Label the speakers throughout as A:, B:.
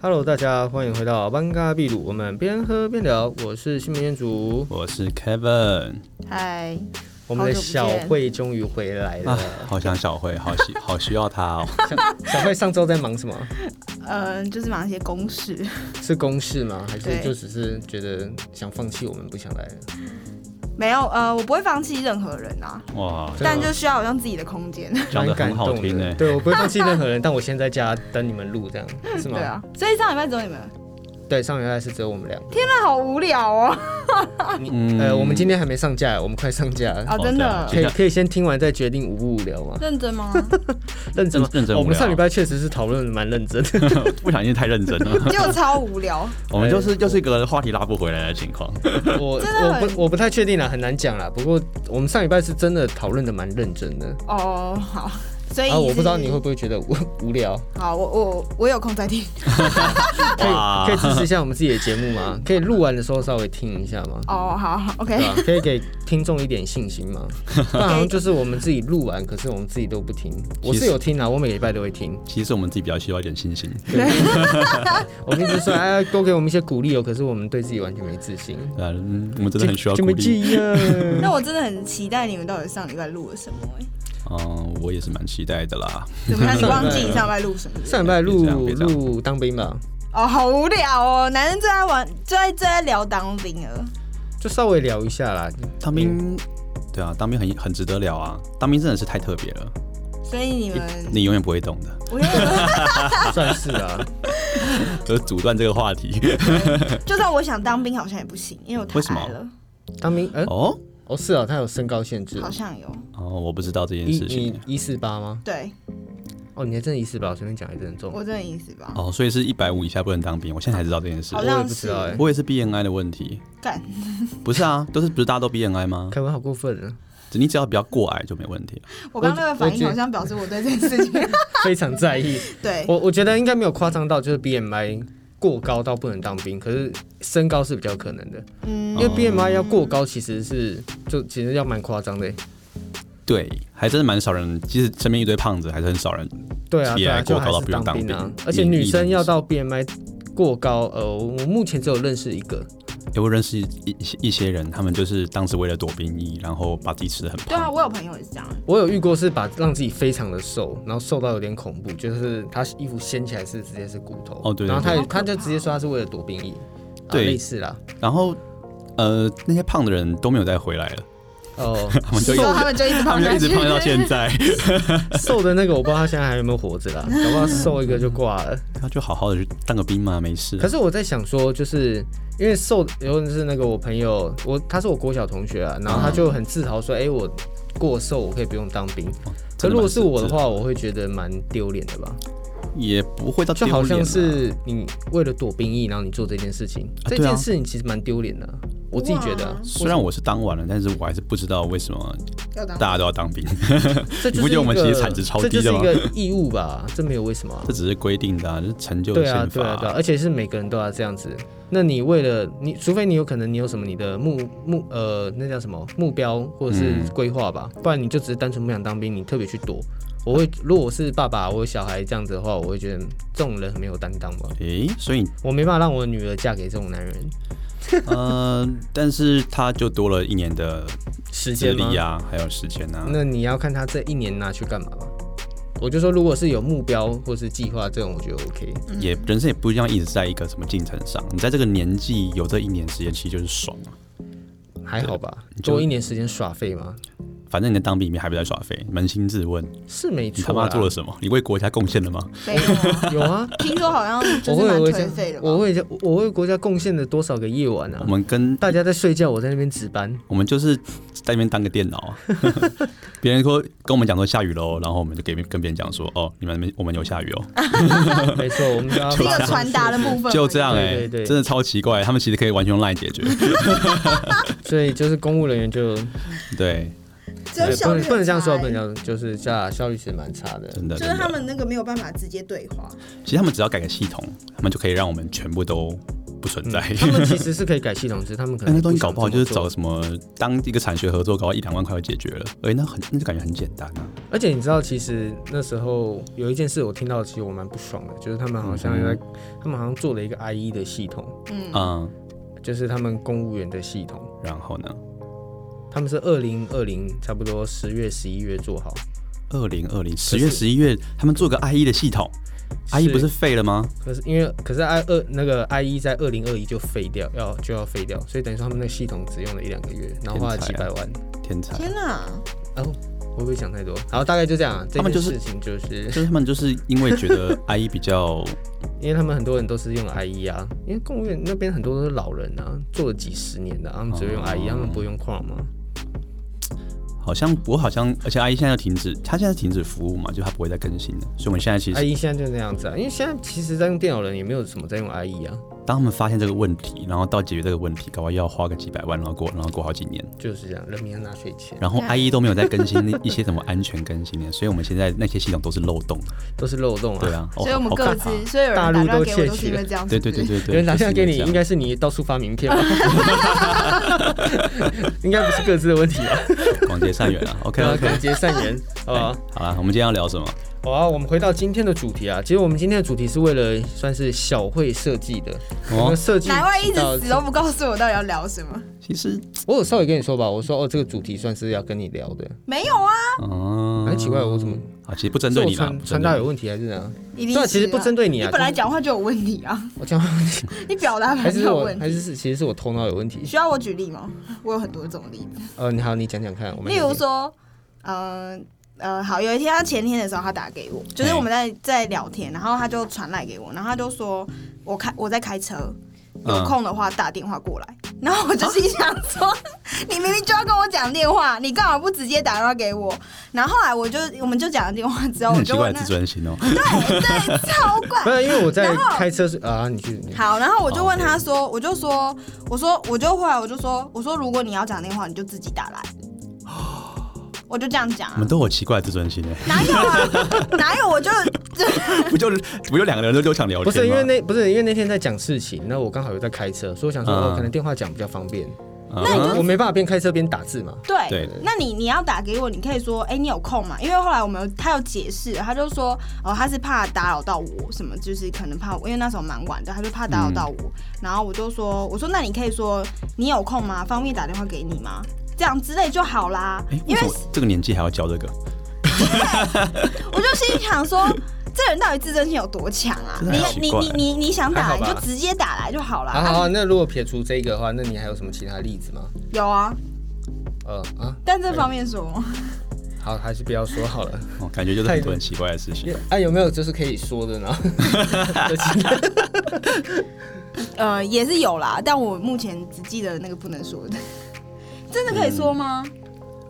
A: Hello，大家欢迎回到班嘎秘鲁，我们边喝边聊。我是新编组，
B: 我是 Kevin
C: 嗨，
A: 我们的
C: 好久不见
A: 小慧终于回来了
B: 啊。，好想小慧，好 需好需要她哦。
A: 小慧上周在忙什么？
C: 嗯、就是忙一些公事，
A: 是公事吗？还是
C: 对
A: 就只是觉得想放弃我们不想来了？
C: 没有，呃，我不会放弃任何人啊，
B: 哇，
A: 真的
C: 但
A: 吗
C: 就需要有让自己的空间，
B: 讲得
A: 蛮感
B: 很好
A: 动
B: 听
A: 的
B: 哎。
A: 对，我不会放弃任何人，但我先在家等你们录， 这样是吗？
C: 对啊，所以上礼拜只有你们，
A: 对，上礼拜是只有我们俩。
C: 那好无聊哦，
B: 嗯
A: 呃，我们今天还没上架，我们快上架了。
C: 哦，真的，
B: 这
A: 可
B: 样
A: 以可以先听完再决定无不无聊吗？
C: 认真吗？
A: 认真吗？
B: 哦认真
A: 哦我
B: 无
A: 们
B: 聊
A: 上礼拜确实是讨论得蛮认真的。
B: 不小心太认真了，
C: 就超无聊，
B: 我们
A: 哎
B: 就是就是一个话题拉不回来的情况。
A: 我
C: 真的
A: 我
C: 很
A: 不我不太确定啦，很难讲啦。不过我们上礼拜是真的讨论的蛮认真的，
C: 哦，好，所以、
A: 啊，我不知道你会，不会觉得无无 聊，
C: 好，我我我有空再听，
A: 可以
B: 哇
A: 可以支持一下我们自己的节目吗？可以录完的时候稍微听一下 吗？
C: 哦，好好，OK，
A: 对吧？啊可以给听众一点信心吗？不然好像就是我们自己录完，可是我们自己都不听。我是有听啊，我每个礼拜都会听。
B: 其实我们自己比较需要一点信 心，
A: 我们一 直说哎，多给我们一些鼓励哦，可是我们对自己完全没自信。
B: 对啊，嗯，我们真的很需要
A: 就
B: 鼓
A: 没
B: 励。
A: 记忆 啊。
C: 那我真的很期待你们到底上礼拜录了什么、欸，
B: 嗯，我也是蛮期待的啦。
C: 怎么样？你忘记你上礼拜录什么？
A: 上礼拜
B: 别这样
A: 录
B: 别这样
A: 录当兵吧，
C: 哦，好无聊哦，男人最爱玩，最爱最爱聊当兵了。
A: 就稍微聊一下啦。
B: 当兵，对啊，当兵很很值得聊啊，当兵真的是太特别了，
C: 所以你们，
B: 你永远不会懂 的。
C: 我觉得
A: 算是啊，
B: 呃，阻断这个话题
C: 就算我想当兵，好像也不行，因为我太
B: 为什么
C: 矮了，
A: 当兵，嗯、
B: 哦
A: 哦，是啊，他有身高限制
C: 好，像有
B: 哦，我不知道这件
A: 一
B: 事
A: 你
B: 情。
A: 一四八吗？
C: 对
A: 哦，你还真一四八，我随便讲还真的中。
C: 我真的意思吧，
B: 哦，所以是一百五以下不能当兵，我现在才知道这件事
C: 好。啊
A: 我也
C: 像
A: 不知
C: 是
A: 道哎
B: 我也是 BNI 的问题，
C: 干
B: 不是啊，都是不是大家都 BNI 吗？
A: 凯文好过分啊，
B: 只你只要不要过矮就没问题。
C: 我刚刚那个反
A: 我
C: 应
A: 觉
C: 好像表示我对这件事 情，
A: 非常在 意。
C: 对，
A: 我我觉得应该没有夸张到，就是 BMI 过高到不能当兵，可是身高是比较可能的，因
C: 嗯，
A: 为 BMI 要过高其实是就其实要蛮夸张的欸。
B: 对，还真的蛮少人，其实身边一堆胖子，还是很少人。
A: 对啊，
B: BMI
A: 对啊，就
B: 过
A: 还
B: 高到
A: 是
B: 不用当
A: 兵啊
B: 兵，
A: 而且
B: 免疫
A: 女生
B: 力
A: 要到 BMI 过高，呃，我目前只有认识一个，
B: 也会认识一一一些人，他们就是当时为了躲兵役，然后把自己吃的很
C: 对啊，
B: 胖。
C: 我有朋友也是这样，
A: 我有遇过是把让自己非常的瘦，然后瘦到有点恐怖，就是他衣服掀起来是直接是骨头。
B: 哦对对
A: 然后他也
C: 对
A: 他就直接说他是为了躲兵役，啊
B: 对
A: 类似啦。
B: 然后，呃，那些胖的人都没有再回来了，
A: 哦，
B: 他们就
C: 所
B: 一
C: 以
B: 直
C: 他们就一直
B: 他
C: 胖
B: 们就
C: 下
B: 一直
C: 去，
B: 胖 到现在。
A: 瘦的那个我不知道他现在还有没有活着啦，啊搞不好瘦一个就挂了。
B: 他就好好的去当个兵嘛，没事啊
A: 可。是我在想说，就是因为瘦，尤其是那个我朋友，我他是我国小同学啊，然后他就很自豪说，哎、我过瘦，我可以不用当兵。可
B: 哦真的蛮
A: 如果是我的
B: 自
A: 话，我会觉得蛮丢脸的吧，
B: 也不会到
A: 就
B: 丢
A: 好
B: 脸
A: 像
B: 啊
A: 是你为了躲兵役，然后你做这件事情，
B: 啊
A: 这
B: 对啊
A: 件事情其实蛮丢脸的啊、我自己觉得啊
C: 哇，
B: 虽然我是当完了，但是我还是不知道为什么
C: 要当
B: 大家都要当兵，
A: 这就是
B: 你不觉得我们
A: 一个
B: 其实产值超低的
A: 这就是一
B: 吗
A: 个义务吧，这没有为什 么啊、
B: 这只是规定的、啊，就是成就的
A: 对啊，
B: 宪
A: 对
B: 法
A: 啊，对啊，而且是每个人都要这样子。那你为了你，除非你有可能你有什么你的目目呃，那叫什么目标或者是
B: 嗯
A: 规划吧，不然你就只是单纯不想当兵，你特别去躲。我会，如果我是爸爸，我有小孩这样子的话，我会觉得这种人很没有担当吧。
B: 诶、所以
A: 我没办法让我的女儿嫁给这种男人，
B: 呃，但是他就多了一年的
A: 时
B: 资
A: 间吗
B: 历？啊，还有时间啊。
A: 那你要看他这一年拿去干嘛吧。我就说，如果是有目标或是计划这种，我觉得 OK。
B: 也人生也不一样，一直在一个什么进程上。你在这个年纪有这一年时间，其实就是爽啊。
A: 还好吧，
B: 你就
A: 多一年时间耍废吗？
B: 反正你在当兵里面还不在耍废，扪心自问，
A: 是没
B: 你他
A: 错
B: 妈
A: 啦。
B: 做了什么？你为国家贡献了吗？
C: 没有 啊，
A: 有啊，
C: 听说好像就
A: 我
C: 是
A: 为
C: 蛮
A: 我
C: 颓废的
A: 我
C: 吧，
A: 为家我为国家贡献了多少个夜晚啊
B: 我！们跟
A: 大家在睡觉，我在那边值 班。
B: 我们就是在那边当个电脑啊。 别人说跟我们讲说下雨喽，然后我们就给跟别人讲说哦，你们那边我们有下雨哦，
A: 啊没错，我们就要
C: 是一个传达的部分而已，
B: 就这样哎、
A: 对对对
B: 真的超奇怪。他们其实可以完全用 line 解决，
A: 所以就是公务人员就
B: 对，
C: 只有
A: 对
C: 效
A: 不
C: 率
A: 能
C: 很
A: 不能这样说，
C: 差
A: 不
C: 欸
A: 能这样，就是这样效率是蛮差的。
B: 真的
C: 就
B: 真
C: 是
B: 的。
C: 他们那个没有办法直接对话，
B: 其实他们只要改个系统，他们就可以让我们全部都不存在。
A: 他 们其实是可以改系统，只是他们可
B: 哎，
A: 能
B: 嗯那东西
A: 想
B: 搞不好就是
A: 这么
B: 找什么当一个产学合作，搞到一两万块就解决了。哎、那很那就感觉很简单啊。
A: 做而且你知道，其实那时候有一件事我听到，其实我蛮不爽的，就是他们好像在，他们好像做了一个 IE 的系统，
C: 嗯，
B: 嗯，
A: 就是他们公务员的系统，
B: 然后呢？
A: 他们是二零二零差不多十月十一月做好，
B: 二零二零十
A: 是
B: 月、十一月，他们做个 IE 的系统，IE E 不是废了吗？
A: 可是因为可是 I 二那个 I E 一在二零二一就废掉，要就要废掉，所以等于说他们那个系统只用了一两个月，然后花了几
B: 啊
A: 百万。
B: 天才，
C: 天哪，
A: 哦，会不会讲太多？好，大概就这样啊。这
B: 他们
A: 件
B: 就是
A: 事情就是
B: 就是他们就是因为觉得 IE 比较，
A: 因为他们很多人都是用 I E 啊，因为公务员那边很多都是老人啊，做了几十年的啊，他们只
B: 哦
A: 会用 I E，、他们不会用 Chrome 啊。
B: 好像我好像，而且 IE 现在要停止，它现在停止服务嘛，就它不会再更新了。所以我们现在其
A: I
B: 实，
A: E 现在就那样子啊，因为现在其实在用电脑人也没有什么在用 I E 啊，
B: 当他们发现这个问题，然后到解决这个问题，搞不好要花个几百万，然后过，然后过好几年。
A: 就是这样，人民要纳税钱，
B: 然后
C: 对
B: IE 都没有在更新一些什么安全更新的，所以我们现在那些系统都是漏洞。
A: 都是漏洞啊。
B: 对啊，哦
C: 所以我们
B: 好
C: 各
B: 尴尬
C: 自，所以有人
A: 大
C: 打
A: 陆
C: 电话
A: 都
C: 给我
A: 窃
C: 都是
A: 取
C: 因
A: 了
C: 为这样
B: 对
C: 子，
B: 对对对对，
A: 有人打
B: 就是
A: 电
B: 啊
A: 话给你，
B: 这样
A: 应该是你到处发名片吧？ 应该不是各自的问题 啊。
B: 广结善缘 啊。OK
A: 对啊，
B: OK，
A: 广结善缘，好不好？
B: 好啦，我们今天要聊什么？
A: 好啊，我们回到今天的主题啊。其实我们今天的主题是为了算是小会设计的，
B: 哦
A: 我们设计
C: 难怪一直
A: 到
C: 死都不告诉我到底要聊什么。
B: 其实，
A: 我有稍微跟你说吧，我说哦，这个主题算是要跟你聊的，
C: 没有啊，
B: 嗯，
A: 很哎奇怪，我怎么
B: 啊，其实不针
A: 是
B: 对
A: 我
B: 你啦，
A: 传
B: 不
A: 传
B: 针对
A: 达
B: 你
A: 有问题还是怎样？
C: 一定
A: 对啊，其实
C: 是啊
A: 不针对你
C: 你
A: 啊，
C: 本来
A: 就是
C: 讲话就有问题啊，
A: 我讲 话
C: 你表达本
A: 还
C: 来就是有
A: 我
C: 问
A: 还
C: 题。
A: 是是其实是我头脑有问题。
C: 需要我举例吗？我有很多这种例子，
A: 呃，你好，你讲讲看，我们
C: 例如说，嗯呃好，有一天他前天的时候他打给我，就是
B: 嘿
C: 我们在在聊天，然后他就传来给我，然后他就说我开我在开车，有
B: 嗯
C: 空的话打电话过来。然后我就心想 说，你明明就要跟我讲电话，你干嘛不直接打电话给我？然后后来我就我们就讲了电话之后，我
B: 很嗯奇
C: 就
B: 怪
C: 问
B: 的
C: 他
B: 自，尊心哦。
C: 对对，超怪
A: 不。是因为我在
C: 然后
A: 开车是啊，你去你
C: 好，然后我就问他说，我就说，我说，我就后来我就说，我说如果你要讲电话，你就自己打 来，我就这样讲、
B: 我
C: 啊
B: 们，都有奇怪的自尊心哎，
C: 哪有啊， 哪有，我就
B: 不就不就两个人都就想聊天吗？
A: 不是因为那不是因为那天在讲事情，那我刚好又在开车，所以我想说
B: 嗯
A: 哦，可能电话讲比较方便，
B: 嗯
C: 那你就
A: 我没办法边开车边打字嘛。
C: 对，
B: 对
C: 那你你要打给我，你可以说，哎、你有空吗？因为后来我们有他有解释，他就说，哦，他是怕打扰到我，什么就是可能怕我，因为那时候蛮晚的，他就怕打扰到我。
B: 嗯
C: 然后我就说，我说那你可以说，你有空吗？方便打电话给你吗？这样之类就好啦。
B: 哎，为
C: 因为
B: 什么这个年纪还要教这个？
C: 我就心里想说，这人到底自尊心有多强啊？
B: 真的
C: 你
B: 很
C: 你
B: 奇怪
C: 你你你想打
A: 还
C: 来
A: 好
C: 你
A: 吧
C: 就直接打来就好啦。
A: 好好
C: 啊
A: 好，那如果撇除这个的话，那你还有什么其他例子吗？
C: 有啊，
A: 呃啊，
C: 但这方面说吗，
A: 好，还是不要说好 了。
B: 哦，感觉就是很多很奇怪的事情。
A: 啊，有没有就是可以说的呢？
C: 呃，也是有啦，但我目前只记得那个不能说的。真的可以说吗？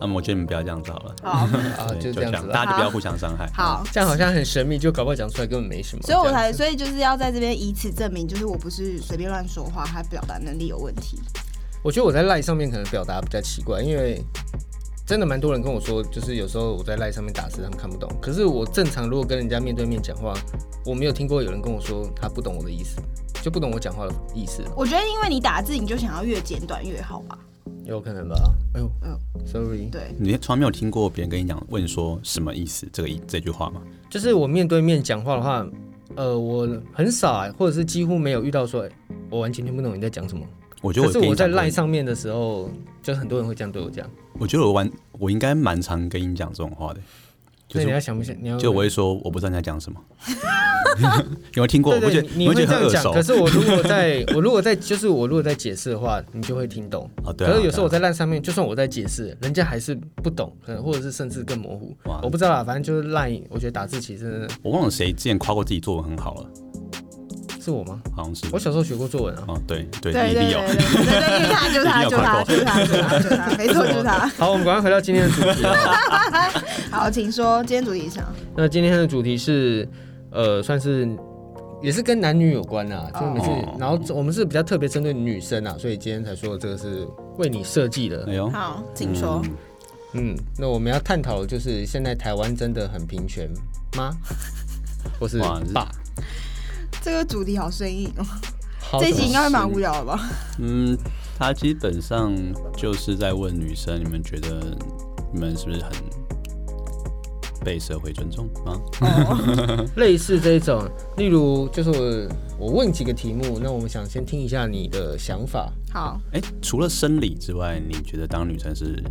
B: 嗯，我觉得你们不要这样子好了。
C: 好，
A: 啊，
B: 对
A: 就这样子吧。
B: 大家就不要互相伤害。
C: 好，
A: 这样好像很神秘，就搞不好讲出来根本没什么。
C: 所以我
A: 这样
C: 才，所以就是要在这边以此证明，就是我不是随便乱说话，他表达能力有问题。
A: 我觉得我在赖上面可能表达比较奇怪，因为真的蛮多人跟我说，就是有时候我在赖上面打字，他们看不懂。可是我正常如果跟人家面对面讲话，我没有听过有人跟我说他不懂我的意思，就不懂我讲话的意思，
C: 我觉得因为你打字，你就想要越简短越好吧？
A: 有可能吧？哎呦，
C: 嗯
A: 嗯，sorry，
C: 对，
B: 你从来没有听过别人跟你讲问说什么意思这个意这句话吗？
A: 就是我面对面讲话的话，呃，我很少、啊，或者是几乎没有遇到说，哎我完全听不懂你在讲什么。
B: 我觉得
A: 可
B: 我
A: 是
B: 跟你
A: 我在
B: 讲过
A: 赖上面的时候，就很多人会这样对我讲。
B: 我觉得我玩我应该蛮常跟你讲这种话的，就
A: 所以你要
B: 是嗯
A: 想不想？你要
B: 就我会说我不知道你在 讲什么，有没有听过？
A: 对
B: 我会觉
A: 对，
B: 得
A: 你
B: 会
A: 会
B: 觉
A: 这
B: 得很
A: 样
B: 耳
A: 讲。
B: 熟
A: 可是我如果在，我如果在，就是我如果在解释的话，你就会听懂。
B: 啊。对啊，
A: 可是有时候我
B: 对
A: 在
B: 啊
A: 烂上面，就算我在解释，人家还是不懂，可能或者是甚至更模糊
B: 哇。
A: 我不知道啦，反正就是烂。我觉得打字其实
B: 我忘了谁之前夸过自己作文很好了，
A: 是我吗？
B: 好像是
A: 我小时候学过作文啊。
B: 哦，对对，
C: 对
B: 你一
C: 对
B: 定
C: 对
B: 有
C: 对对对，就是他，就是他，就是他，就是他，就是他，就是他，没错，就是他。
A: 好，我们赶快回到今天的主题啊。
C: 好，请说今天主题是什么？
A: 那今天的主题是，呃，算是也是跟男女有关啊，就我们是，
B: 哦
A: 然后我们是比较特别针对女生啊，所以今天才说这个是为你设计的
B: 哎。呦，
C: 好，请说。
B: 嗯
A: 嗯，那我们要探讨的就是现在台湾真的很平权 吗？或是
B: 嗯哇
A: 爸？
C: 这个主题好生硬哦，
A: 好
C: 这一集应该会蛮无聊的吧？
B: 嗯，他基本上就是在问女生，你们觉得你们是不是很被社会尊重吗？
C: 哦
A: 类似这一种，例如就是我我问几个题目，那我们想先听一下你的想法。
C: 好，
B: 哎、除了生理之外，你觉得当女生是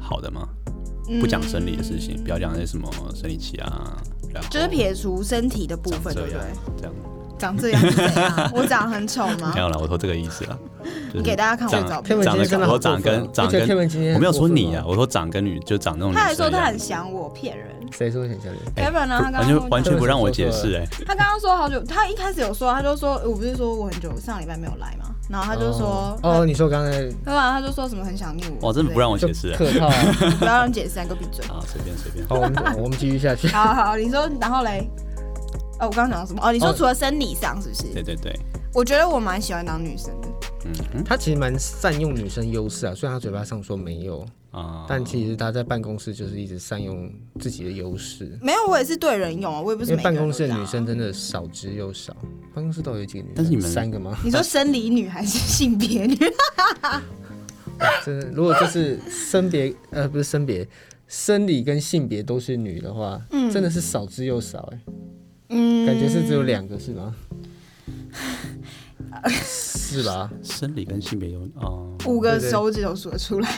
B: 好的吗？
C: 嗯
B: 不讲生理的事情，不要讲那些什么生理期啊，然后
C: 就是撇除身体的部
B: 长
C: 分，对
B: 这
C: 不对
B: 样？这样，
C: 长这样是怎 样，我长得很丑吗
B: 没？有了，我说这个意思 啊，就是
C: 啊你给大家看我
B: 长
C: 的照片
A: Kevin
B: 长
A: 今天真的
B: 我
A: 好
B: 长
A: 过分
B: 跟
A: 哦
B: 长
A: 你觉得
B: 跟
A: Kevin 今天
B: 我没有说你
A: 很过分哦
B: 啊
A: 吗，
B: 我说长跟女就长那种女生一
C: 他
B: 样，
C: 还说他很想我，骗人。
A: 谁说很像你？
B: 哎
C: Kevin 啊呢？他
B: 完
C: 刚刚跟我
B: 全完全
C: 讲
B: 不让我解释哎、
C: 他刚刚说好久，他一开始有说，他就说，呃我不是说我很久上礼拜没有来嘛，然后他就说
A: 哦，，哦你说刚才
C: 对吧？他就说什么很想念我，
B: 哇，真的不让
C: 我，
B: 我
A: 就
B: 解释、哎
A: 客套啊。
C: 哦不要让你解释，你给我闭嘴。
B: 啊，随便随便，
A: 好，我们我们继续下去。
C: 好好，你说，然后嘞，哦，我刚刚讲到什么？哦，你说
A: 哦
C: 除了生理上是不是？
B: 对对对，
C: 我觉得我蛮喜欢当女生的，
B: 嗯哼
A: 他其实蛮善用女生优势啊，虽然他嘴巴上说没有，
B: 啊，
A: 但其实他在办公室就是一直善用自己的优势。
C: 没有，我也是对人用啊，我也不是
A: 因为
C: 每个
A: 办
C: 人
A: 公
C: 都这
A: 室的
C: 样啊
A: 女生。真的少之又少，办公室到底有几个女生？
B: 但是你们
A: 三个吗？
C: 你说生理女还是性别女？
A: 真的，如果就是生别呃不是生别，生理跟性别都是女的话，真的是少之又少哎、
C: 嗯，
A: 感觉是只有两个是 吗？是吧？
B: 生理跟性别有哦，
C: 五个
A: 对对
C: 手指头数得出来。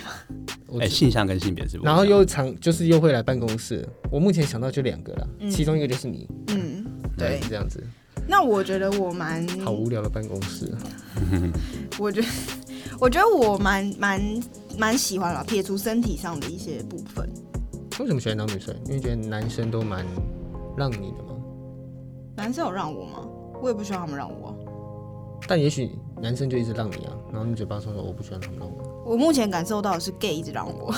A: 我
B: 哎、性向跟性别是不一样，
A: 然后又常就是又会来办公室，我目前想到就两个了，其中一个就是你，
C: 嗯，对。嗯
A: 这样子，
C: 那我觉得我蛮，
A: 好无聊的办公室，
C: 我觉得 我觉得我蛮蛮蛮喜欢了，撇除身体上的一些部分。
A: 为什么喜欢当女生？因为觉得男生都蛮让你的嘛，
C: 男生有让我吗？我也不希望他们让我啊、
A: 但也许男生就一直让你啊，然后你嘴巴说说我不喜欢他们让 我，
C: 我目前感受到的是 gay 一直让我。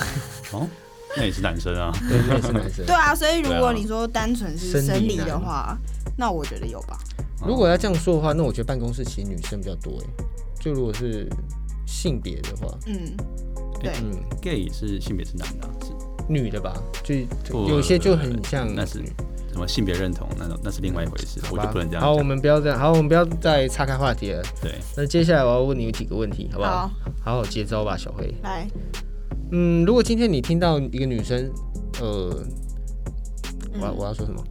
B: 哦，那也是男生啊，
A: 对，那也是男生
C: 对。啊，所以如
B: 对
C: 果
B: 啊
C: 你说单纯是
A: 生
C: 生
A: 理
C: 理的
A: 男
C: 话，那我觉得有吧。
A: 如
B: 哦
A: 果要这样说的话，那我觉得办公室其实女生比较多哎。就如果是性别的话，
C: 嗯，对，
A: 嗯，
B: gay 是性别是男的啊、是
A: 女的吧，就就
B: 不
A: 有些就很像。
B: 那是什么性别认同，那那是另外一回事，
A: 好
B: 我
A: 吧
B: 就不能这样
A: 好，
B: 讲。
A: 我们不要这样，好，我们不要再岔开话题了。
B: 对，
A: 那接下来我要问你几个问题，好不好？
C: 嗯好，
A: 好好接招吧，小黑。
C: 来，
A: 嗯，如果今天你听到一个女生，呃，我要
C: 嗯
A: 我要说什么？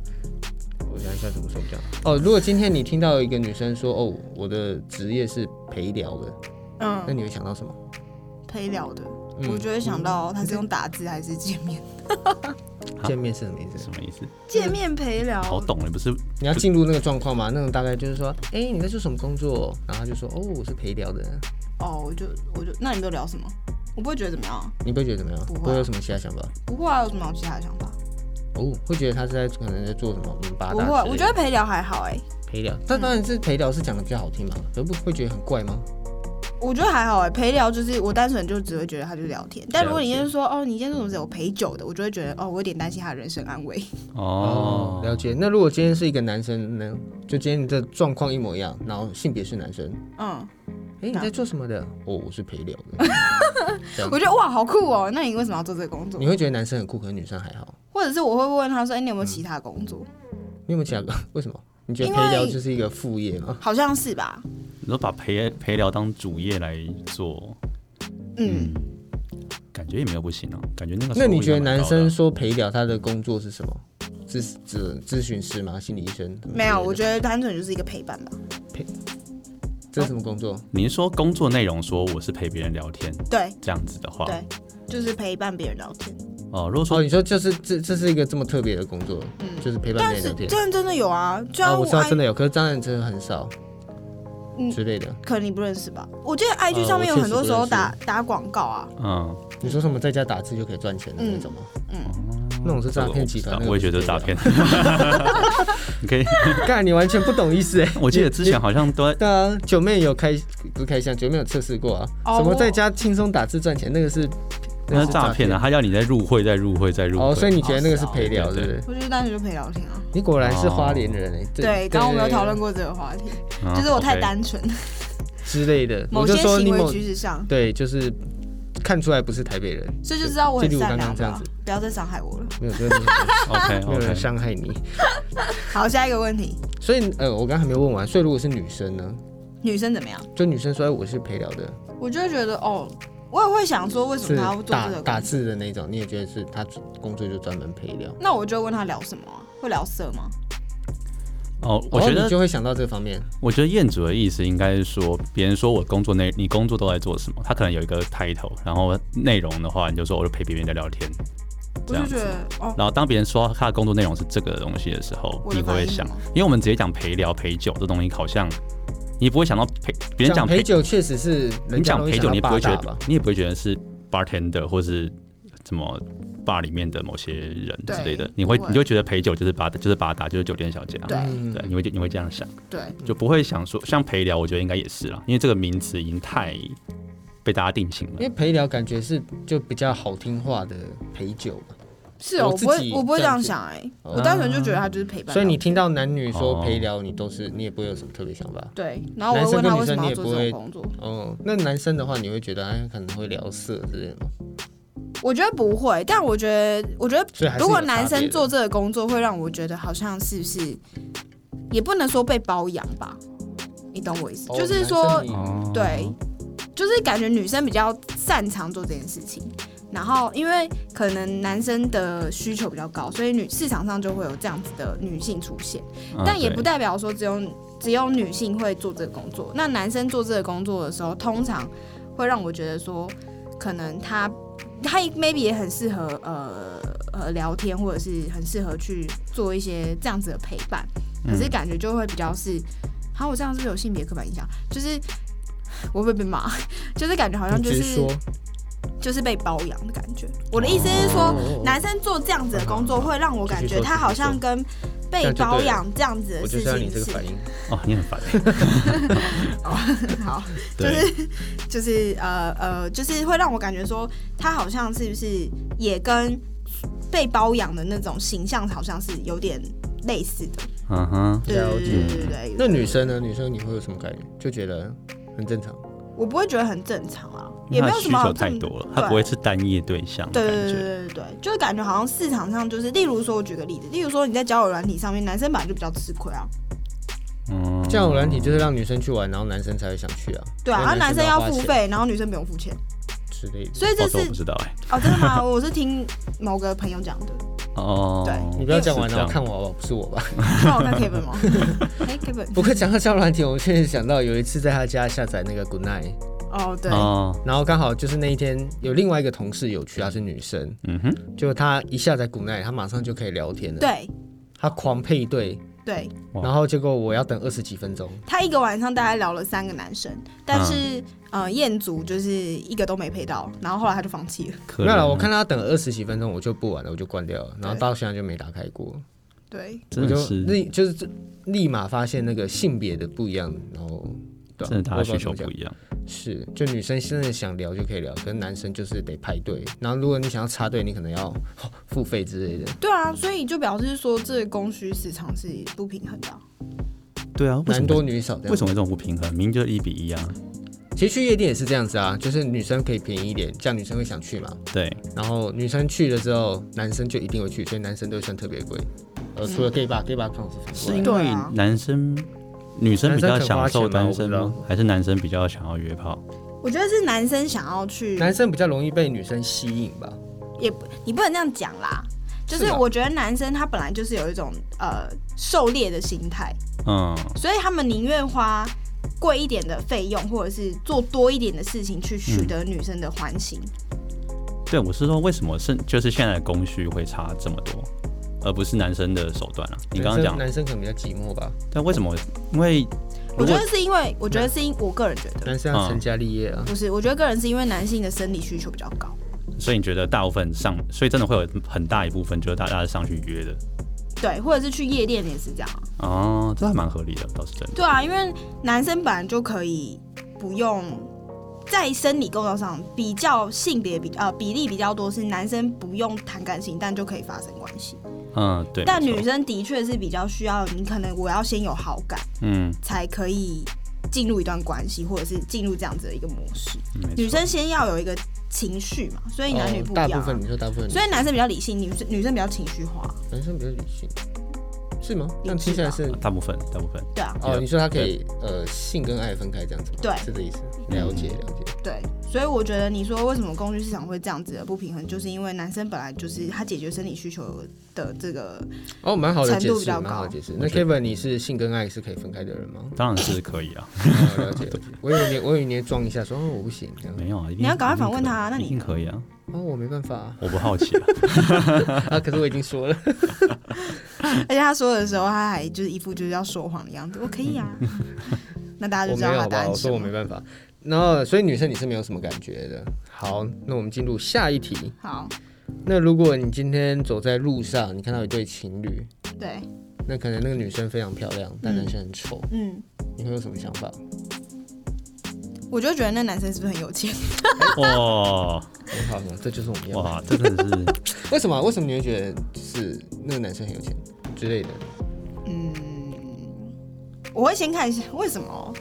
A: 我想一下怎么说比较好。哦，如果今天你听到一个女生说，哦，我的职业是陪聊的，那
C: 嗯，
A: 你会想到什么？
C: 陪聊的，
A: 嗯
C: 我就会想到他是用打字还是见面？
A: 见面是什么意思
B: 什？么意思？
C: 见面陪聊，
B: 好懂了，不是
A: 你要进入那个状况吗？那种大概就是说，哎、你在做什么工作？然后他就说，哦，我是陪聊的。
C: 哦，我就我就，那你们都聊什么？我不会觉得怎么样啊，
A: 你不会觉得怎么样？
C: 不会啊
A: 不会有什么其他想法？
C: 不会啊，有什么其他的想法？
A: 哦，会觉得他是在可能在做什么？嗯，八
C: 不
A: 大
C: 会，
A: 之类的
C: 我觉得陪聊还好哎、
A: 陪聊，但当然是陪聊是讲的比较好听嘛，而不会觉得很怪吗？
C: 我觉得还好哎、陪聊就是我单纯就只会觉得他就聊天，但如果你今天说哦，你今天怎么有陪酒的，我就会觉得哦，我有点担心他的人身安危。
B: 哦，
A: 了解。那如果今天是一个男生呢？就今天你的状况一模一样，然后性别是男生，
C: 嗯，
A: 哎、你在做什么的？哦，我是陪聊的。 这样
C: 我觉得哇，好酷哦！那你为什么要做这个工作
A: 你？会觉得男生很酷，可是女生还好。
C: 或者是我会问他说，哎、你有没有其他工作？
A: 嗯你有没有其他？ 为什么？你觉得
C: 因
A: 陪
C: 为
A: 聊就是一个副业吗？
C: 好像是吧？
A: 嗯
B: 你说把陪陪聊当主业来做，嗯，
C: 嗯，
B: 感觉也没有不行哦、感觉那个
A: 那你
B: 收益
A: 觉得
B: 还蛮
A: 男
B: 高的啊
A: 生说陪聊他的工作是什么？咨咨咨询师吗？心理医生？
C: 没有，我
A: 得
C: 觉得单纯就是一个陪伴吧。
A: 这是什么工作？
B: 你是说工作内容说我是陪别人聊天
C: 对
B: 这样子的话，
C: 对，就是陪伴别人聊天。
B: 哦，如果说
A: 哦，你说就是这这是一个这么特别的工作，就是陪伴
C: 嗯
A: 别
C: 但
A: 人
C: 是
A: 聊天。
C: 真的真的有啊，就
A: 啊，
C: 像
A: 我知道
C: 爱
A: 真的有，可是当然真的很少
C: 嗯
A: 之类的。
C: 可能你不认识吧？我记得 IG
A: 呃
C: 上面有
A: 我确
C: 很
A: 实
C: 多
A: 不
C: 时候
A: 认识
C: 打打广告啊，
B: 嗯，
A: 你说什么在家打字就可以赚钱的那种吗？
C: 嗯
A: 那种是诈骗集团那
B: 这个
A: 个
B: 我不知道我也觉得
A: 不
B: 是
A: 是
B: 诈骗。你 可以，
A: 干，你完全不懂意思哎。
B: 我记得之前好像都在
A: 对啊，九妹有开不是开箱，九妹有测试过啊。
C: 哦
A: 什么
C: 我
A: 在家轻松打字赚钱，那个是
B: 那是诈骗啊，。他要你再入会，再入会，再入会。
A: 哦，所以你觉得那个是陪聊，
B: 哦
A: 对
B: 是啊
A: 不对？
C: 我就是单纯就陪聊天啊。
A: 你果然是花莲人哎。
C: 对，刚刚我们有讨论
A: 过
C: 过这个话题，
B: 嗯
C: 就是我太
B: OK
C: 单纯，
A: 之类的。
C: 某
A: 啊我
C: 些
A: 就说
C: 行
A: 你
C: 为
A: 某
C: 举止上，
A: 对，就是看出来不是台北人，
C: 所以就知道我很
A: 就例如
C: 善
A: 刚
C: 良
A: 刚这样
C: 吧
A: 子。
C: 不要再伤害我了。
A: 没有，真的没有
B: OK
A: 没有人
B: OK，
A: 伤害你。
C: 好，下一个问题，
A: 所以呃，我刚刚还没有问完。所以如果是女生呢？
C: 女生怎么样？
A: 就女生说哎我是陪聊的，
C: 我就会觉得哦，我也会想说为什
A: 是
C: 么他要做
A: 打
C: 这个
A: 打
C: 工作。
A: 字的那种，你也觉得是他工作就专门陪聊？
C: 那我就会问他聊什么、啊，会聊色吗？
B: 哦，我觉
A: 哦、
B: 得
A: 你就会想到这方面，
B: 我觉得彦祖的意思应该是说，别人说我工作内你工作都在做什么，他可能有一个 title，然后内容的话，你就说我就陪别人在聊天。
C: 我
B: 这
C: 就
B: 样
C: 觉
B: 子。
C: 得哦，
B: 然后当别人说他的工作内容是这个东西的时候，
C: 我的
B: 你会不会
C: 反应
B: 想
C: 吗？
B: 因为我们直接讲陪聊陪酒这东西，好像你不会想到陪别人讲
A: 陪酒确实是人
B: 你
A: 家
B: 讲
A: 容易到
B: 陪酒，你也不会
A: 八
B: 觉
A: 大
B: 得
A: 吧？
B: 你也不会觉得是 bartender 或是什么 bar 里面的某些人
C: 对
B: 之类的，你会
C: 不会
B: 你就觉得陪酒就是吧就是吧打就是酒店小姐啊。
C: 对
A: 嗯
B: 对，你会你会这样想。
C: 对，
B: 就不会想说像陪聊，我觉得应该也是啦，因为这个名词已经太被大家定型
A: 因为
B: 了。
A: 陪聊感觉是就比较好听话的陪酒嘛，
C: 是
A: 我
C: 哦，我不
A: 自
C: 会
A: 己
C: 我不会这
A: 这样
C: 样
A: 子
C: 想哎、
A: 哦
C: 我单纯就觉得他就是陪伴。
A: 所以你听到男女说
B: 哦
A: 陪聊，你都是你也不会有什么特别想法。
C: 对，然后我
A: 男
C: 会
A: 生
C: 问
A: 跟
C: 他
A: 女
C: 为什
A: 生
C: 么
A: 你
C: 要
A: 也
C: 做
A: 不会
C: 这种工作，
A: 哦，那男生的话，你会觉得哎，可能会聊色之类的吗，
C: 我觉得不会，但我觉得我觉得
A: 所以还是
C: 如果
A: 有差
C: 男
A: 别
C: 生
A: 的
C: 做这个工作，会让我觉得好像是不是，也不能说被包养吧，你懂我意思？
A: 哦
C: 就是说
A: 男生，你
C: 嗯
B: 哦
C: 对，就是感觉女生比较擅长做这件事情，然后因为可能男生的需求比较高，所以女市场上就会有这样子的女性出现，
B: 嗯
C: 但也不
B: 对
C: 代表说只有只有女性会做这个工作。那男生做这个工作的时候，通常会让我觉得说，可能他他 maybe 也很适合呃呃聊天，或者是很适合去做一些这样子的陪伴，可
B: 嗯
C: 是感觉就会比较是，好、我这样是不是有性别刻板印象？就是 我会不会被骂， 就是感觉好像就
A: 直
C: 是
A: 说，
C: 就是被包养的感觉。我的意思是说，
A: 哦
C: 男生做这样子的工作，会让我感觉他好像跟被包养这样子
A: 我
C: 的
A: 就
C: 事
A: 知道你
C: 情
A: 这个反
C: 是
A: 应。
B: 哦，你 很烦。
C: 好，
B: 对，
C: 就是呃呃，就是会让我感觉说他好像是不是也跟被包养的那种形象好像是有点类似的。
B: 嗯哼，
C: 对
A: 了
C: 对
A: 解
C: 对对对
A: 那
C: 对，
A: 女生呢？女生你会有什么感觉？就觉得很正常。
B: 嗯
C: 我不会觉得很正常啊，
B: 因
C: 也
B: 为
C: 没
B: 他
C: 有
B: 的需
C: 什么好
B: 求太
C: 这么
B: 多了，
C: 对
B: 他不会是单一的对象的
C: 对
B: 感
C: 对对
B: 觉。
C: 对对对，就是感觉好像市场上就是，例如说，我举个例子，例如说你在交友软体上面，男生本来就比较吃亏啊，
B: 嗯，
A: 这样软体就是让女生去玩，然后男生才会想去啊。
C: 对
A: 所
C: 啊，然后
A: 以
C: 男生要
A: 花
C: 付
A: 钱
C: 费，然后女生不用付钱，
A: 之类的。
C: 所以这
B: 哦这我
C: 是
B: 不知道哎。
C: 哦，真的吗？我是听某个朋友讲的，
B: 哦，
C: 对
A: 你不要讲完
B: 是
A: 然后
B: 这样
A: 看我好不好？不是我吧？
C: 让我看哦 Kevin 吗？ 哎，Kevin，
A: 不过讲到交友软体，我确实想到有一次在他家下载那个 Good Night，
C: 哦，对，
B: 哦，
A: 然后刚好就是那一天有另外一个同事有去，她是女生，
B: 嗯哼，
A: 就她一下载 Good Night，她马上就可以聊天了。，
C: 对
A: 她狂配对，
C: 对，
B: 哇
A: 然后结果我要等二十几分钟，
C: 他一个晚上大概聊了三个男生，但是呃，彦祖就是一个都没配到，然后后来他就放弃了。
B: 可啊
A: 没有
B: 能
A: 了。我看她等了二十几分钟，我就不玩了，我就关掉了，然后到现在就没打开过。
C: 对，
A: 我
B: 真的
A: 就是立就是这立马发现那个性别的不一样，然后对啊
B: 真的大家需求
A: 我知道怎
B: 不
A: 么
B: 一样。
A: 讲是，就女生真的想聊就可以聊，可是男生就是得排队，然后如果你想要插队，你可能要 哦付费之类的。
C: 对啊，所以就表示说这供需市场是不平衡的啊、
B: 对啊，为什
A: 男多
B: 么？
A: 女少这
B: 为
A: 样
B: 什，么这种不平衡？明明就是一比一啊。
A: 其实去夜店也是这样子啊，就是女生可以便宜一点，这样女生会想去嘛。
B: 对，
A: 然后女生去了之后，男生就一定会去，所以男生都会算特别贵。呃，除了
C: 嗯
A: gay bar，gay bar 可能是反过
B: 是
A: 来
B: 因
C: 对
B: 为
C: 啊
B: 男生、女生比较享受单
A: 男生
B: 身
A: 肯花钱吗我
B: 吗
A: 不？
B: 还是男生比较想要约炮？
C: 我觉得是男生想要去，
A: 啊男生比较容易被女生吸引吧。
C: 你不能这样讲啦。就是
A: 是吧
C: 我觉得男生他本来就是有一种呃狩猎的心态，
B: 嗯，
C: 所以他们宁愿花贵一点的费用，或者是做多一点的事情去取得女生的欢心。
B: 对，我是说，为什么是就是现在的供需会差这么多，而不是男生的手段啊？你刚刚
A: 男生
B: 讲，
A: 男生可能比较寂寞吧，
B: 但为什么？因为
C: 我
B: 如
C: 觉
B: 果
C: 得是因为，我觉得是因我个人觉得
A: 男生
B: 嗯
A: 要成家立业啊。
C: 不是，我觉得个人是因为男性的生理需求比较高。
B: 所以你觉得大部分上，所以真的会有很大一部分就是大家上去约的
C: 对，或者是去夜店也是这样啊。
B: 哦，这还蛮合理的，倒是真的。
C: 对啊，因为男生本来就可以不用在生理构造上比较性别比呃比例比较多，是男生不用谈感情，但就可以发生关系。
B: 嗯，对。
C: 但
B: 没
C: 女
B: 错
C: 生的确是比较需要，你可能我要先有好感
B: 嗯，
C: 才可以进入一段关系，或者是进入这样子的一个模式。
B: 嗯没错
C: 女生先要有一个情绪嘛，所以男女不一
A: 哦大
C: 样啊、
A: 部分你说大部分，
C: 所以男生比较理性，女生女生比较情绪化。
A: 男生比较理性，是是吗？
C: 理
A: 那听起来是
B: 大部分大部分
C: 对啊，
A: 哦，
B: Yeah，
A: 你说他可以呃性跟爱分开这样子吗？
C: 对嗯
A: 是这意思。了解了解。
C: 对，所以我觉得你说为什么供需市场会这样子的不平衡，就是因为男生本来就是他解决生理需求的这个，
A: 哦，蛮好的解
C: 程度
A: 释
C: 比，较
A: 蛮好的
C: 高
A: 解释。那 Kevin，你是性跟爱是可以分开的人 吗？
B: 当然是可以啊，
A: 哦了解。了解我以为你，我以为你会装一下说哦我不行这样。
B: 没有啊，一定
C: 你要赶快反问他
B: 一定可
C: 啊那你
B: 以一定可以啊，
A: 哦，我没办法啊，
B: 我不好奇啊，
A: 啊可是我已经说了。
C: 而且他说的时候他还就是一副就是要说谎的样子，我可 以啊，那大家
A: 我
C: 就知
A: 没
C: 道
A: 有好
C: 他答
A: 吧？
C: 案
A: 我
C: 是什
A: 说我
C: 么
A: 没办法。然后，所以女生你是没有什么感觉的。好，那我们进入下一题。
C: 好，
A: 那如果你今天走在路上，你看到一对情侣，
C: 对，
A: 那可能那个女生非常漂亮，但男生很丑，
C: 嗯，
A: 你会有什么想法？
C: 我就觉得那男生是不是很有钱？
B: 哇
A: 很好啊呢，这就是我们要的。
B: 哇，这真的是
A: 为什么啊？为什么你会觉得就是那个男生很有钱之类的？
C: 我会先看一下为什么，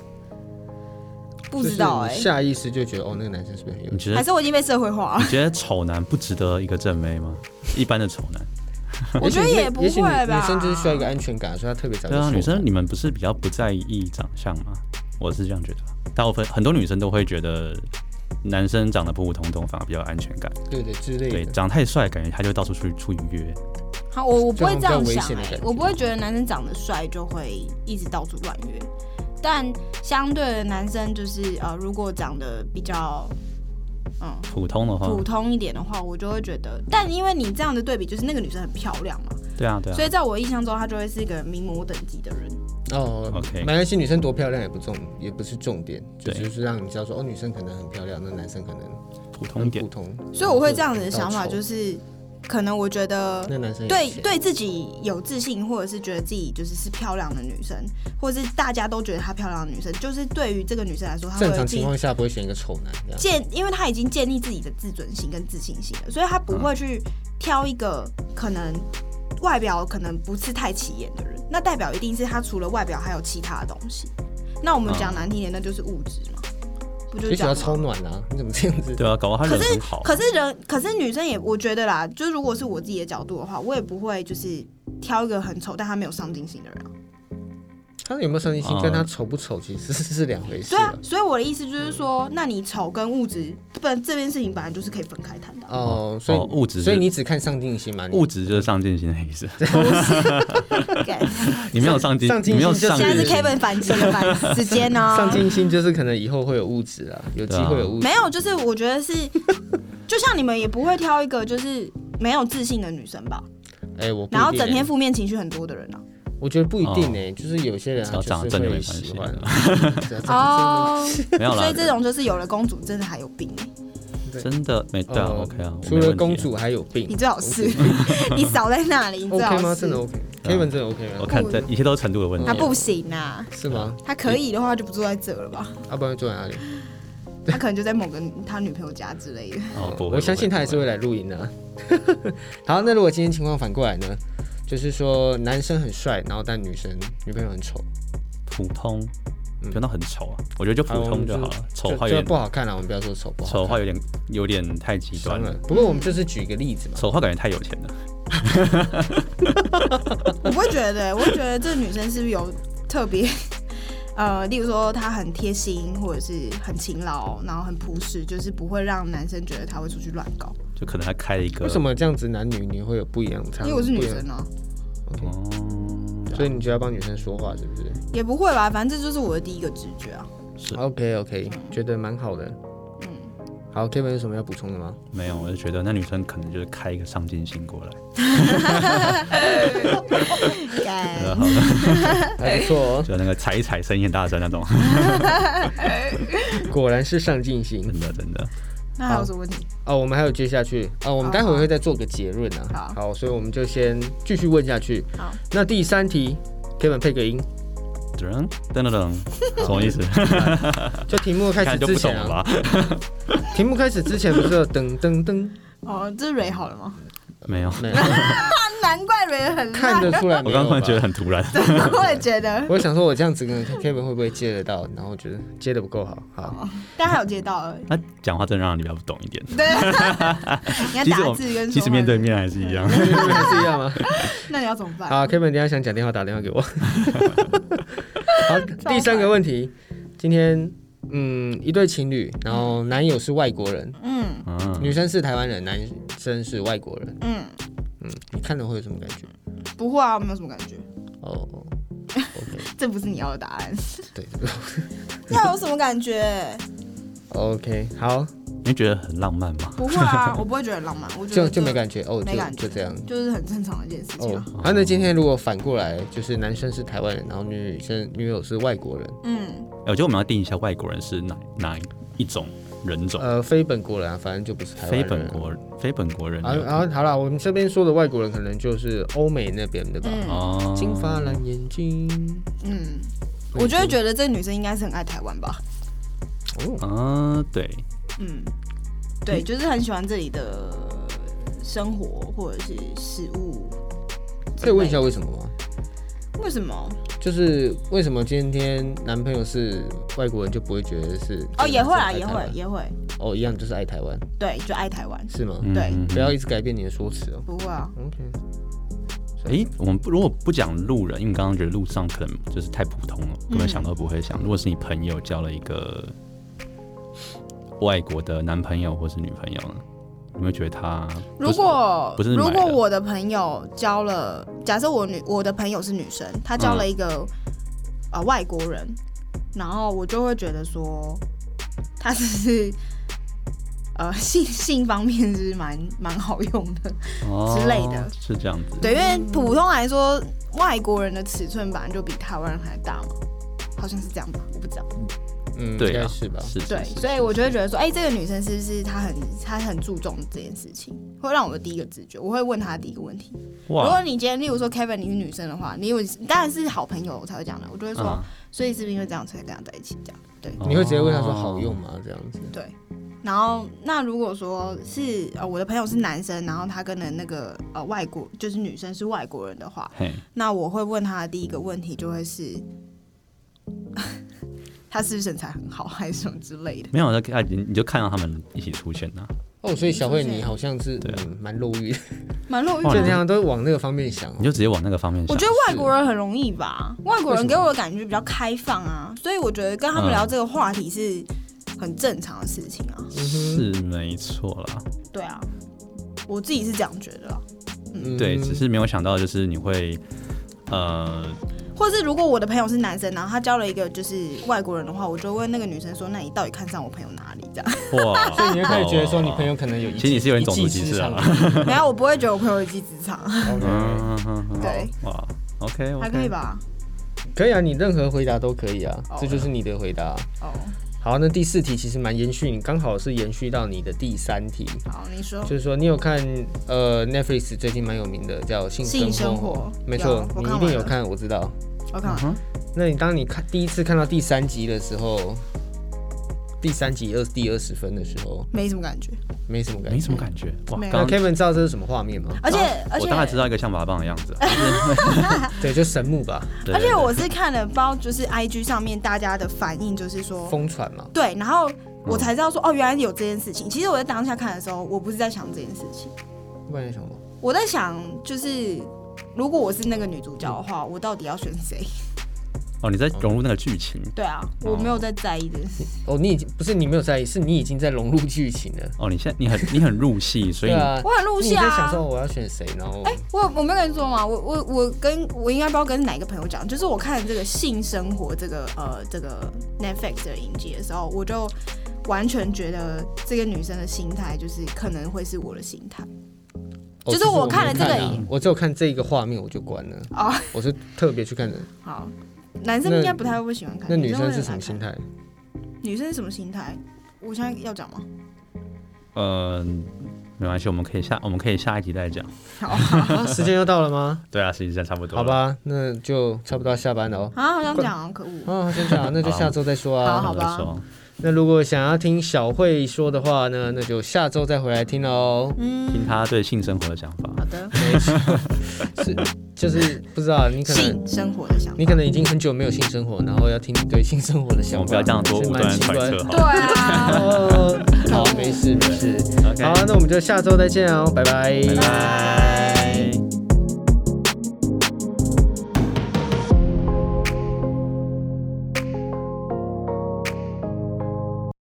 C: 不知道
A: 就
C: 哎、
A: 是你下意识就觉得哦，那个男生是不是很有
B: 你
A: 钱？
B: 觉
C: 还
B: 得
C: 是我已经被社会化了
B: 你。觉得丑男不值得一个正妹吗？一般的丑男，
C: 我觉得
A: 也许
C: 也不
A: 也许女
C: 会吧
A: 女生就是需要一个安全感，所以她特别找一
B: 嗯对
A: 个瘦
B: 啊，女生你们不是比较不在意长相吗？我是这样觉得啊，大部分很多女生都会觉得男生长得普普通通反而比较有安全感，
A: 对对之类
B: 对，
A: 的。
B: 长得太帅感觉他就到处去出去约，
C: 好，我我不会
A: 这
C: 这
A: 样
C: 样
A: 比较危
C: 想
A: 险的
C: 哎、
A: 感觉
C: 我不会觉得男生长得帅就会一直到处乱约，但相对的男生就是呃，如果长得比较嗯
B: 普通的话，
C: 普通一点的话，我就会觉得，但因为你这样的对比，就是那个女生很漂亮嘛，
B: 对啊对啊
C: 所，以在我印象中，她就会是一个名模等级的人。
A: 哦
B: OK
A: 马来西亚女生多漂亮也不重，也不是重点，就
B: 对
A: 是就是让你知道说哦，女生可能很漂亮，那男生可能
B: 普通
A: 很普
B: 一点，
A: 通。
C: 所以我会这样子的想法，就是是可能我觉得
A: 那男生有
C: 对
A: 钱
C: 对自己有自信，或者是觉得自己就是是漂亮的女生，或者是大家都觉得她漂亮的女生，就是对于这个女生来说，她会
A: 正
C: 有
A: 常
C: 自
A: 情
C: 己
A: 况下不会选一个丑男啊这样。
C: 建，因为她已经建立自己的自尊心跟自信心了，所以她
A: 嗯
C: 不会去挑一个可能外表可能不是太起眼的人，那代表一定是她除了外表还有其他的东西。那
A: 嗯
C: 我们讲难听点，那就是物质嘛，不就是
A: 也
C: 这
A: 许
C: 样
A: 要
C: 吗
A: 超暖啊！你怎么这样子？
B: 对啊，搞不好他人
C: 可是
B: 很好，
C: 可是人，可是女生也，我觉得啦，就是如果是我自己的角度的话，我也不会就是挑一个很丑但他没有上进心的人啊。
A: 他有没有上进心，
B: 哦
A: 跟他丑不丑其实是是两回事
C: 对啊
A: 了，。
C: 所以我的意思就是说，那你丑跟物质，不然这件事情本来就是可以分开谈的啊。
A: 哦，所以
B: 哦物质是
A: 所以你只看上进心嘛？你
B: 物质就是上进心的意思，
C: OK，
B: 你没有上进，
A: 上进
B: 你没有
A: 心就是
B: 上
C: 现在
B: 进
C: 是
B: 心，
C: Kevin 反击的反时间哦呢、
A: 上进心就是可能以后会有物质啊，有机
B: 对啊
A: 会有物质。
C: 没有，就是我觉得是，就像你们也不会挑一个就是没有自信的女生吧，
A: 哎，我不一定
C: 然后整天
A: 欸
C: 负面情绪很多的人啊。
A: 我觉得不一定哎，就是有些人
B: 只要
A: 他
B: 哦长得
A: 就是
B: 正就
A: 会
B: 没关系
A: 喜欢。 啊只要长得正
C: 哦，
B: 没有
C: 所
B: 啦
C: 以，这种就是有了公主真的还有病欸。
B: 真的没对啊
A: 呃
B: ，OK 啊，我
A: 除
B: 没
A: 了
B: 问题啊
A: 公主还有
C: 你
A: 病
C: 最好是， 你少在那里，你最好
A: ，OK
C: 是。
A: 吗？真的 OK，Kevin
B: 对啊
A: 真的 OK
B: 我
A: 吗？
B: 看这一切都是程度的问题
C: 他
B: 啊，
C: 不行啊，
A: 是吗？
C: 他可以的话就不坐在这了吧？
B: 嗯啊
A: 要不然坐在哪里？
C: 他可能就在某个他女朋友家之类的。
B: 哦，不会，
A: 我相信他还是会来录音的啊。 好，那如果今天情况反过来呢？就是说男生很帅，然后但女生女朋友很丑，
B: 普通，
A: 嗯
B: 不用到很丑啊，我觉得就普通就好了，丑
A: 就
B: 的话有
A: 就
B: 点
A: 不好看了。我们不要说丑不好看，
B: 丑的话有点有点太极端
A: 伤了
B: 了，。
A: 不过我们就是举一个例子嘛。
B: 丑的话感觉太有钱了，
C: 我不会觉 得，我会觉得这个女生是不是有特别， 呃，例如说她很贴心，或者是很勤劳，然后很朴实，就是不会让男生觉得她会出去乱搞。
B: 就可能他开了一个
A: 为什么这样子男女你会有不一样的差？
C: 因为我是女
A: 不一样
C: 生啊，
A: ，OK，
B: 哦，
A: 啊所以你就要帮女生说话，是不是
C: 也不会吧，反正这就是我的第一个直觉啊。
B: 是
A: ？OK OK，觉得蛮好的。
B: 嗯
A: 好，Kevin 有什么要补充的吗？
B: 没有，我就觉得那女生可能就是开一个上进心 过来，
C: 干
B: 然后呢
A: 还
B: 哎
A: 不错 哦，
B: 啊就那个踩一踩声音很大声那种，
A: 果然是上进心
B: 真的真的，
C: 那还有什么问题？
A: 哦。我们还有接下去哦，我们待会会再做个结论啊。好，所以我们就先继续问下去。
C: 好，
A: 那第三题，Kevin 配个音。
B: 噔噔噔噔，什么意思？
A: 就题目开 始
B: 看来就不
A: 之
B: 懂
A: 前
B: 了
A: 啊，
B: 吧？
A: 题目开始之前不是有噔噔噔？
C: 哦，这是蕊好了吗？
B: 没有，
A: 没有，
C: 难怪蕊很烂
A: 看得出来没
B: 我
A: 有吧。
B: 刚刚突然觉得很突然，
C: 我也觉得，
A: 我想说，我这样子跟 Kevin 会不会接得到？然后我觉得接的不够好。好，
C: 但还有接到而已。
B: 他讲话真的让你比较不懂一点。
C: 对，你要
B: 即使
C: 打
B: 我
C: 字跟
B: 即
C: 说
B: 使
C: 话
B: 面对，面还是一样。
A: 还是一样吗？
C: 那你要怎么 办？
A: 好，Kevin，等一下想讲电话打电话给我。 好，第三个问题，今天嗯，一对情侣，然后男友是外国人，
C: 嗯
A: 女
B: 嗯，
A: 生是台湾人，男生是外国人。
C: 嗯，
A: 嗯，你看了会有什么感觉？
C: 不会啊，没有什么感觉，
A: 哦，OK，
C: 这不是你要的答 案。
A: 对
C: 要有什么感觉？
A: ，OK，好，
B: 你觉得很浪漫吗？
C: 不 会啊，我不会觉得很浪漫，我觉
A: 就
C: 得
A: 就没感觉哦，
C: 没感
A: 就
C: 觉
A: 就这样。
C: 就是很正常的一件事情
A: 哦
C: 啊。，
A: 啊，那今天如果反过来，就是男生是台湾人，然后女生女友是外国人，哦
C: 嗯，
B: 哎我觉得我们要定一下外国人是哪哪一种人种，
A: 呃，非本国人啊，反正就不是台湾
B: 非
A: 人。
B: 本国非本国人
A: 啊
B: 有
A: 啊，好了，我们这边说的外国人可能就是欧美那边的吧，
C: 嗯
B: 哦，
A: 啊金发蓝眼睛。
C: 嗯，我就会觉得这女生应该是很爱台湾吧。
A: 哦，
B: 啊，对，
C: 嗯，对，就是很喜欢这里的生活或者是食物。
A: 可以问一下为什么吗？
C: 为什么？
A: 就是为什么今天男朋友是外国人就不会觉得是
C: 哦，也会啊，
A: 爱
C: 也
A: 台湾
C: 会，也会，
A: 哦，一样就是爱台湾
C: 对，就爱台湾。
A: 是吗？
B: 嗯
C: 对
B: 嗯
A: 不要一直改变你的说辞哦。
C: 不会啊，
A: OK，
B: 诶，我们不如果不讲路人，因为刚刚觉得路上可能就是太普通了，
C: 嗯
B: 根本想都不会想。如果是你朋友交了一个外国的男朋友或是女朋友呢，你会觉得他不
C: 如
B: 是
C: 果
B: 不是买
C: 如
B: 的
C: 果我的朋友交了，假设我女我的朋友是女生，她交
B: 嗯
C: 了一个、呃外国人，然后我就会觉得说，她只是 呃性性方面是蛮蛮好用的，
B: 哦
C: 之类的
B: 是这样子，
C: 对，因为普通来说，外国人的尺寸本来就比台湾人还大嘛，好像是这样吧，我不知道。
A: 嗯，
B: 对
A: 应
B: 啊
A: 该是吧？
B: 是是
C: 对，
B: 是
C: 所以我就会觉得说，哎、这个女生是不是她很她很注重这件事情，会让我的第一个直觉，我会问她第一个问题。如果
B: 哇，
C: 你今天，例如说 Kevin，你是女生的话，你有你当然是好朋友，我才会讲的。我就会说，
B: 啊
C: 所以是不是因为这样才跟他在一起这样？对
A: 你会直接问他说好用吗？这样子。
C: 对。然后，那如果说是呃我的朋友是男生，然后他跟的那个呃外国就是女生是外国人的话，
B: 嘿，
C: 那我会问他的第一个问题就会是， 他是不是身材很好，还是什么之类的？
B: 没有，啊那你你就看到他们一起出现呐、啊
A: 哦，所以小慧
C: 出现
A: 你好像是
B: 对啊
A: 嗯蛮肉欲的，
C: 蛮肉欲
B: 哇
A: 就
B: 你
A: 这
C: 的。
A: 样都往那个方面想哦。
B: 你就直接往那个方面
C: 我
B: 想
C: 觉。得外国人很容易吧，外国人
A: 为
C: 给
A: 什么
C: 我的感觉比较开放啊，所以我觉得跟他们
B: 嗯
C: 聊这个话题是很正常的事情啊。
A: 嗯
B: 是没错啦，
C: 对啊，我自己是这样觉得啊啦。
A: 嗯
B: 对，只是没有想到就是你会，呃，
C: 或是如果我的朋友是男生，然后他交了一个就是外国人的话，我就问那个女生说：“那你到底看上我朋友哪里？” 这样
B: 哇，
A: 所以 你会开始觉得
B: 啊
A: 说你朋友可能有一技，
B: 其实你是有点种族
A: 一
B: 歧
A: 技之
B: 视
A: 长
B: 啊。
C: 没有，我不会觉得我朋友有机职场，
A: OK，
B: 嗯哼哼
C: 对，
B: 哇，OK，, o k
C: 还可以？吧？
A: 可以啊，你任何回答都可以啊
C: 哦，
A: 这就是你的回答。啊
C: 哦，
A: 好，那第四题其实蛮延续，你刚好是延续到你的第三题，
C: 好，你说
A: 就是说你有看呃 Netflix 最近蛮有名的叫《性
C: 性生
A: 活》
C: 活，
A: 没错
C: 有，啊我
A: 你
C: 看
A: 一定
C: 完
A: 有
C: 了
A: 看，我知道。
C: 我看完了
B: 嗯
A: 那你当你看第一次看到第三集的时候，第三集二第二十分的时候，
C: 没什么感觉，没
A: 没什么感觉，
B: 没什么感觉，哇，
C: 没有
A: 那
B: 刚刚
A: Kevin 知道这是什么画面吗？
C: 而且而
B: 我
C: 且
B: 大概知道一个像拔棒的样子，啊
A: 对，就神木吧，
B: 对
C: 而且我是看了包就是 I G 上面大家的反应，就是说
A: 疯传嘛。
C: 对，然后我才知道
A: 嗯
C: 说哦，原来有这件事情。其实我在当下看的时候，我不是在想这件事情。
A: 不然什么？
C: 我在想，就是如果我是那个女主角的话，
A: 嗯
C: 我到底要选 谁？
B: 哦，你在融入那个剧情
C: 对啊，我没有在在意这 件事。
A: 哦，你已经不是你没有在意，是你已经在融入剧情了。
B: 哦，你现在你很你很入 戏，所以
A: 对啊，
C: 我很入
A: 你
C: 戏
A: 在
C: 啊。
A: 想说我要选谁，然后
C: 哎、我我没有跟你说嘛，我我我跟我应该不知道跟哪个朋友讲，就是我看这个性生活这个呃这个 Netflix 的影集的时候，我就完全觉得这个女生的心态就是可能会是我的心态。
A: 哦
C: 就是
A: 其实
C: 我
A: 没
C: 看了这个
A: 啊
C: 影
A: 我只有看这一个画面我就关了。
C: 哦，
A: 我是特别去 看的。
C: 好，男生应该不太会喜欢看。
A: 那女
C: 会
A: 生
C: 很
A: 是什么
C: 爱看
A: 心？态？
C: 女生是什么心态？我现在要讲吗？
B: 呃，没关系，我们可以下我们可以下一集再讲。
C: 好
A: 啊，时间要到了吗？
B: 对啊，时间差不多，
A: 好，吧，那就差不多要下班了哦。
C: 啊，好想讲啊，可恶。
A: 啊，先这样，那就下周再说啊。
C: 好吧
B: 再说
A: 那如果想要听小慧说的话呢，那就下周再回来听哦喽。
B: 听
C: 嗯，
B: 他对性生活的想法。
C: 好的，
A: 是，就是不知道你可能
C: 性生活的想法
A: 你。可能已经很久没有性生活，然后要听你对性生活的
B: 我
A: 想法，
B: 们不要这样多
A: 嗯是
B: 武
A: 蛮
B: 断
A: 奇
B: 揣
A: 怪的
B: 测，好
C: 对
B: 了。
C: 啊，
A: 哦，好，没事没事。
B: OK，
A: 好，那我们就下周再见哦，拜拜
B: 拜拜。